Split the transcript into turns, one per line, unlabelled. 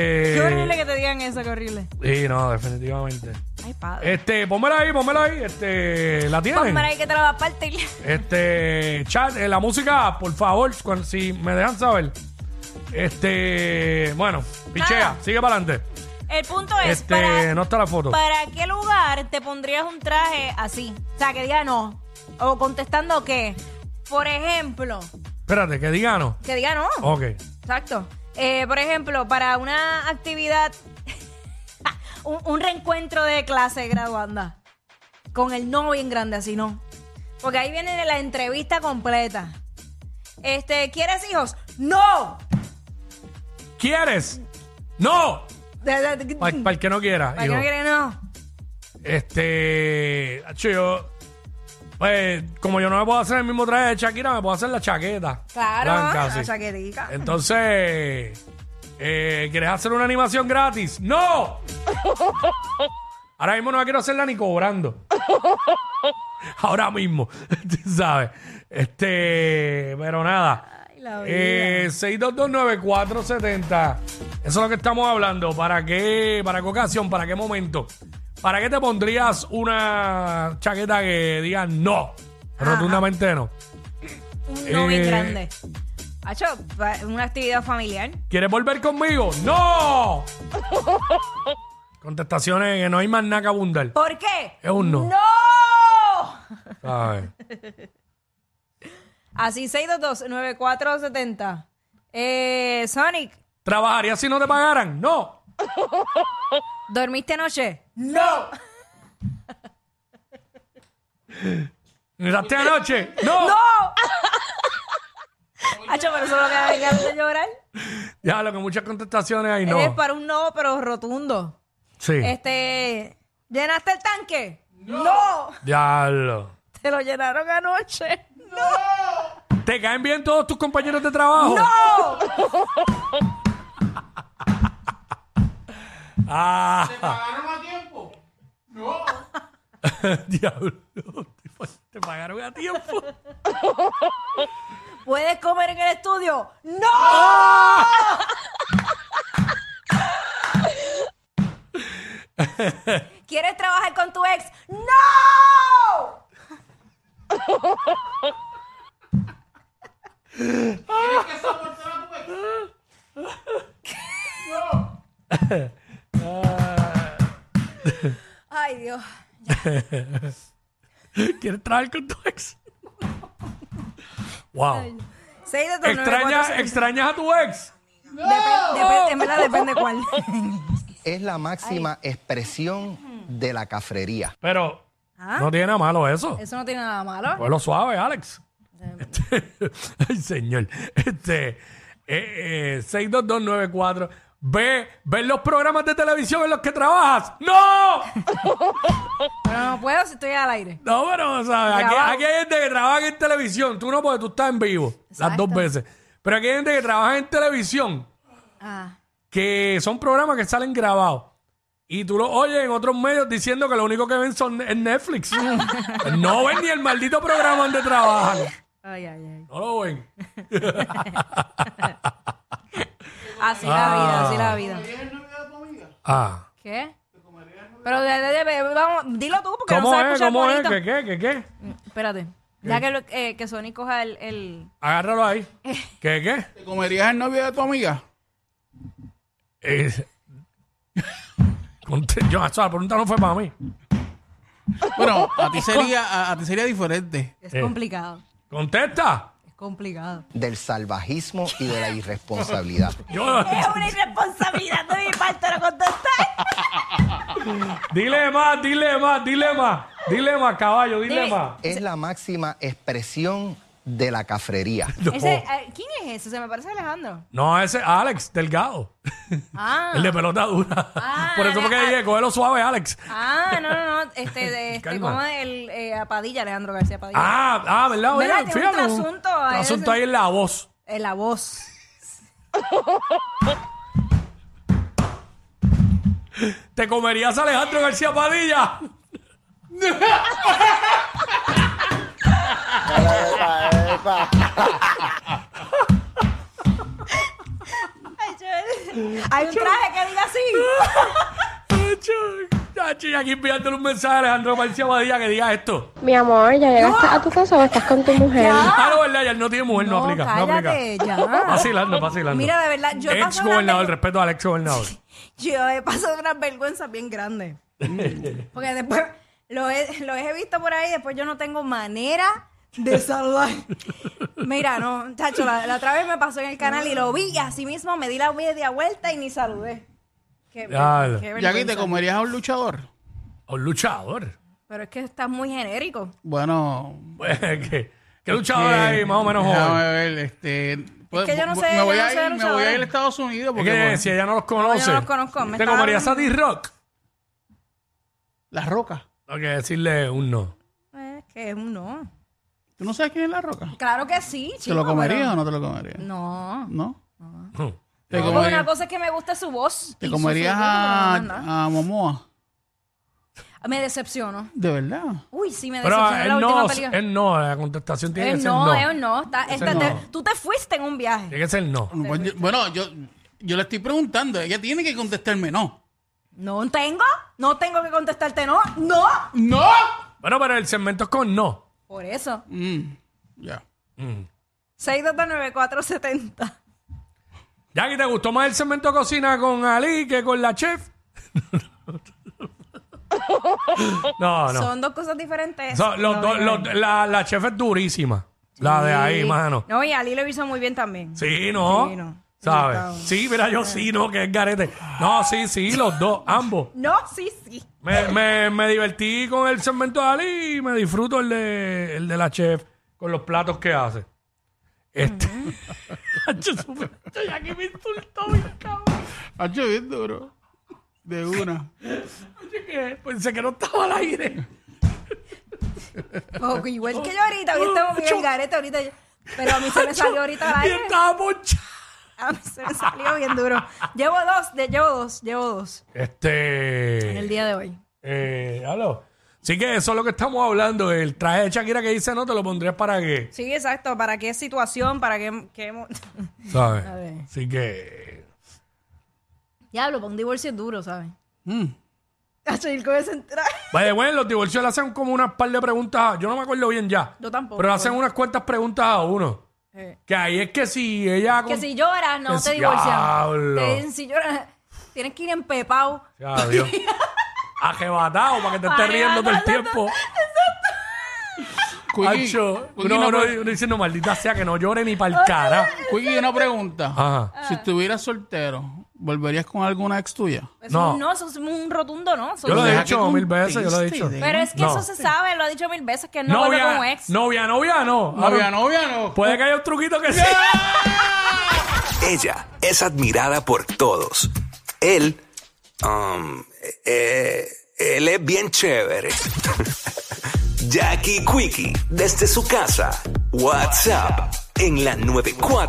Eh,
harían eso, qué horrible.
Sí, no, definitivamente.
Ay, padre.
Este, pónmela ahí, pónmela ahí. Este, ¿la tienen?
Pónmela ahí que te la va a partir.
Este, chat, eh, la música, por favor, cuan- si me dejan saber. Este, bueno, pichea,
Nada.
sigue para adelante.
El punto Ah. es,
Este,
para,
no está la foto.
¿para qué lugar te pondrías un traje así? O sea, que diga no. O contestando que, por ejemplo,
Espérate, que diga no.
que diga no.
Ok.
Exacto. Eh, por ejemplo, para una actividad, un, un reencuentro de clase de graduanda, con el no bien grande, así no. Porque ahí viene la entrevista completa. Este, ¿quieres hijos? ¡No!
¿Quieres? ¡No!
De- de- de-
Para el que no quiera.
¿Para qué
hijo.
no quiere no?
Este, acho, yo, pues, como yo no me puedo hacer el mismo traje de Shakira, me puedo hacer la chaqueta.
Claro,
blanca,
la
así.
chaquetica.
Entonces, eh, ¿quieres hacer una animación gratis? ¡No! Ahora mismo no la quiero hacerla ni cobrando. Ahora mismo, tú ¿sabes? Este, pero nada.
Ay, la vida.
Eh, 6229470. Eso es lo que estamos hablando. ¿Para qué? ¿Para qué ocasión? ¿Para qué momento? ¿Para qué te pondrías una chaqueta que diga no? Rotundamente no.
un no bien
eh,
grande. Hacho, pa- una actividad familiar.
¿Quieres volver conmigo? ¡No! Contestaciones que no hay más nada que abundar.
¿Por qué?
Es un no.
¡No!
¿sabes?
Así, 622-9470. Eh, Sonic,
¿Trabajarías si no te pagaran? ¡No!
¿dormiste anoche?
¡No! ¿Miraste anoche? ¡No!
Hacho, pero solo que venía de llorar.
Ya, lo que muchas contestaciones hay, no.
Es para un no, pero rotundo.
Sí.
Este, ¿llenaste el tanque? No.
Diablo.
¿Te lo llenaron anoche?
¿Te caen bien todos tus compañeros de trabajo?
¡No!
Ah. ¿Te pagaron a tiempo? No. Diablo. Te pa- ¿Te pagaron a tiempo?
¿Puedes comer en el estudio? ¡No! ¿Quieres trabajar con tu ex? ¡No! Ay, Dios.
¿Quieres trabajar con tu ex? wow.
Seis de tus nueve,
¿Extrañas,
cuatro, seis.
¿Extrañas a tu ex?
Depe- depe- en verdad depende cuál.
es la máxima expresión de la cafrería.
Pero
Ah.
no tiene nada malo eso.
Eso no tiene nada malo.
Pues lo suave, Alex. Este, ay, señor. Este, eh, eh, 62294. Ve, ver los programas de televisión en los que trabajas. ¡No!
Pero no puedo si estoy al aire.
No, pero, o sea, aquí,
Trabajo.
aquí hay gente que trabaja en televisión. Tú no, porque tú estás en vivo las
Exacto.
dos veces. Pero aquí hay gente que trabaja en televisión
Ah.
que son programas que salen grabados. Y tú lo oyes en otros medios diciendo que lo único que ven son es Netflix. no ven ni el maldito programa donde trabajan.
Ay, ay, ay.
No lo ven.
Así la vida, así la vida.
Ah.
¿Qué? Pero de- de- de- vamos, dilo tú porque no
¿Cómo
sabes
es?
escuchar
¿Cómo es?
bonito.
¿Qué, qué, qué, qué?
Mm, Espérate. Ya que, lo- eh, que Sony coja el, el-
Agárralo ahí. ¿Qué, qué?
¿Te comerías el novio de tu amiga?
Eh, conte- yo, o sea, la pregunta no fue para mí.
Bueno, a ti sería, a, a ti sería diferente.
Es
Eh.
complicado.
Contesta.
Es complicado.
Del salvajismo y de la irresponsabilidad.
Yo,
Es una irresponsabilidad de mi parte no contestar.
dile más, dile más, dile más. Dile más, caballo, dile
Dile.
más.
Es la máxima expresión de la cafrería.
No.
Ese, eh, ¿Quién es ese? Se me parece Alejandro.
Oh. No, ese es Alex Delgado.
Ah.
El de pelota dura.
Ah,
Por eso fue que
Ale-
dije, cógelo suave, Alex.
Ah, no, no, no. Este, de, este
Calma.
como el eh, a Padilla, Alejandro García Padilla.
Ah, ah, ¿verdad? Oye,
¿Verdad? Tiene un
fíjate, un
trasunto ahí de
trasunto
ese-
ahí en la voz.
Eh, la voz.
¿Te comerías a Alejandro García Padilla?
Ay, chévere. Hay un traje que diga así.
Chachi, aquí enviándole un mensaje a Alejandro García Badía que diga esto.
Mi amor, ¿ya llegaste a tu casa o estás con tu mujer?
Ah, no, verdad, ya él no tiene mujer, no,
No,
aplica.
cállate,
no aplica.
ya.
Vacilando, vacilando.
Mira, de verdad, yo he
Ex
pasado una
gobernador,
vez-
respeto al ex gobernador.
Yo he pasado unas vergüenzas bien grandes. Porque después lo he, lo he visto por ahí, después yo no tengo manera de saludar. Mira, no, chacho, la, la otra vez me pasó en el canal y lo vi y así mismo me di la media vuelta y ni saludé. Qué,
Diablo.
qué
Ya que te
vergüenza.
comerías a un luchador.
Un luchador.
Pero es que estás muy genérico.
Bueno.
Pues, ¿Qué, qué luchador
eh,
hay más o menos
déjame
joven?
ver, este. pues,
que yo no
bu-
sé-
me
yo
voy
no
a
sé
ir,
de
me voy
luchadores.
a ir a Estados Unidos
Es
porque
que
pues,
si ella no los conoce.
los conozco, me
¿Te
estaban-
comerías a D-Rock?
La Roca.
Tengo que decirle un no.
Es que es un no.
¿Tú no sabes quién es La Roca?
Claro que sí,
¿Te
chico.
lo comerías
pero-
o no te lo comerías?
No.
¿No?
Hmm.
¿Te
No, porque
comerías,
una cosa es que me guste su voz.
te
y su
comerías
sonido, pero no, no.
a, a Momoa?
Me decepcionó.
¿De verdad?
Uy, sí, me
Pero
decepcionó
ah,
la
él
última
no,
película.
él no, la contestación tiene que
Es
ser
no,
no.
es no. Está, esta-
no.
te- tú te fuiste en un viaje.
Tiene que ser no.
Bueno, yo, bueno, yo, yo le estoy preguntando. Ella tiene que contestarme no.
No tengo, no tengo que contestarte no, no.
¡No!
Bueno, pero el segmento es con no.
Por eso.
Mm, ya.
6229470.
Jackie, ¿te gustó más el segmento de cocina con Ali que con la chef? no, no.
Son dos cosas diferentes.
Son los
No,
dos-
no,
los-
no.
la, la chef es durísima. La de ahí,
Sí.
mano.
No, y Ali lo hizo muy bien también.
Sí, no.
Sí, no.
¿Sabes?
Encantado.
Sí, mira, yo sí, no, que es garete. No, sí, sí, los dos, ambos.
No, sí, sí.
Me, me, me divertí con el segmento de Ali y me disfruto el de, el de la chef con los platos que hace. Este. Yo supe- yo ya que me insultó, mi cabrón.
Hacho bien duro. De una.
Oye, ¿qué? Pensé que no estaba al aire.
Ojo, igual que yo ahorita, hoy estamos bien el garete ahorita. yo- Pero a mí se me salió ahorita al
Y
aire.
estaba ponchado.
A mí se Ah, me salió bien duro. Llevo dos, de- llevo dos, llevo dos en el
Este.
día de hoy.
Eh, aló. Así que eso es lo que estamos hablando. El traje de Shakira que dice no, te lo pondrías para qué.
Sí, exacto. ¿Para qué situación? ¿Para qué...? qué mo-
¿Sabes?
A ver.
Así que.
Diablo, para un divorcio es duro, ¿sabes?
Mm.
Hacho, ir con ese traje.
Vaya, bueno, los divorcios le hacen como unas par de preguntas. a- Yo no me acuerdo bien ya.
Yo tampoco.
Pero le hacen unas cuantas preguntas a uno.
Eh,
Que ahí es que si ella.
Que si lloras, no
Que
te
si-
divorcian.
diablo.
Te dicen, si lloras, tienes que ir empepado.
Ya, Dios. Ajebatado para que te estés
Para
riendo todo el
ajebatado.
tiempo.
Quickie,
Hacho,
Quickie,
uno,
una
uno-
pre-
uno diciendo, maldita sea, que no llore ni para el cara.
Quickie, una pregunta.
Ajá.
Si estuvieras soltero, ¿volverías con alguna ex tuya?
Eso
No.
no. no, eso es un rotundo no. Eso
Yo lo
es-
he
Deja
dicho
que
mil veces, yo lo he
conteste,
dicho.
de-
Pero es que
No.
eso se sabe, lo ha dicho mil veces, que él no vuelve con un
novia,
ex.
novia, novia, no.
Novia,
Ahora,
novia, no.
Puede que haya un truquito que sí.
Ella es admirada por todos. Él, um, eh, él es bien chévere. Jackie Quickie, desde su casa. WhatsApp en la 94.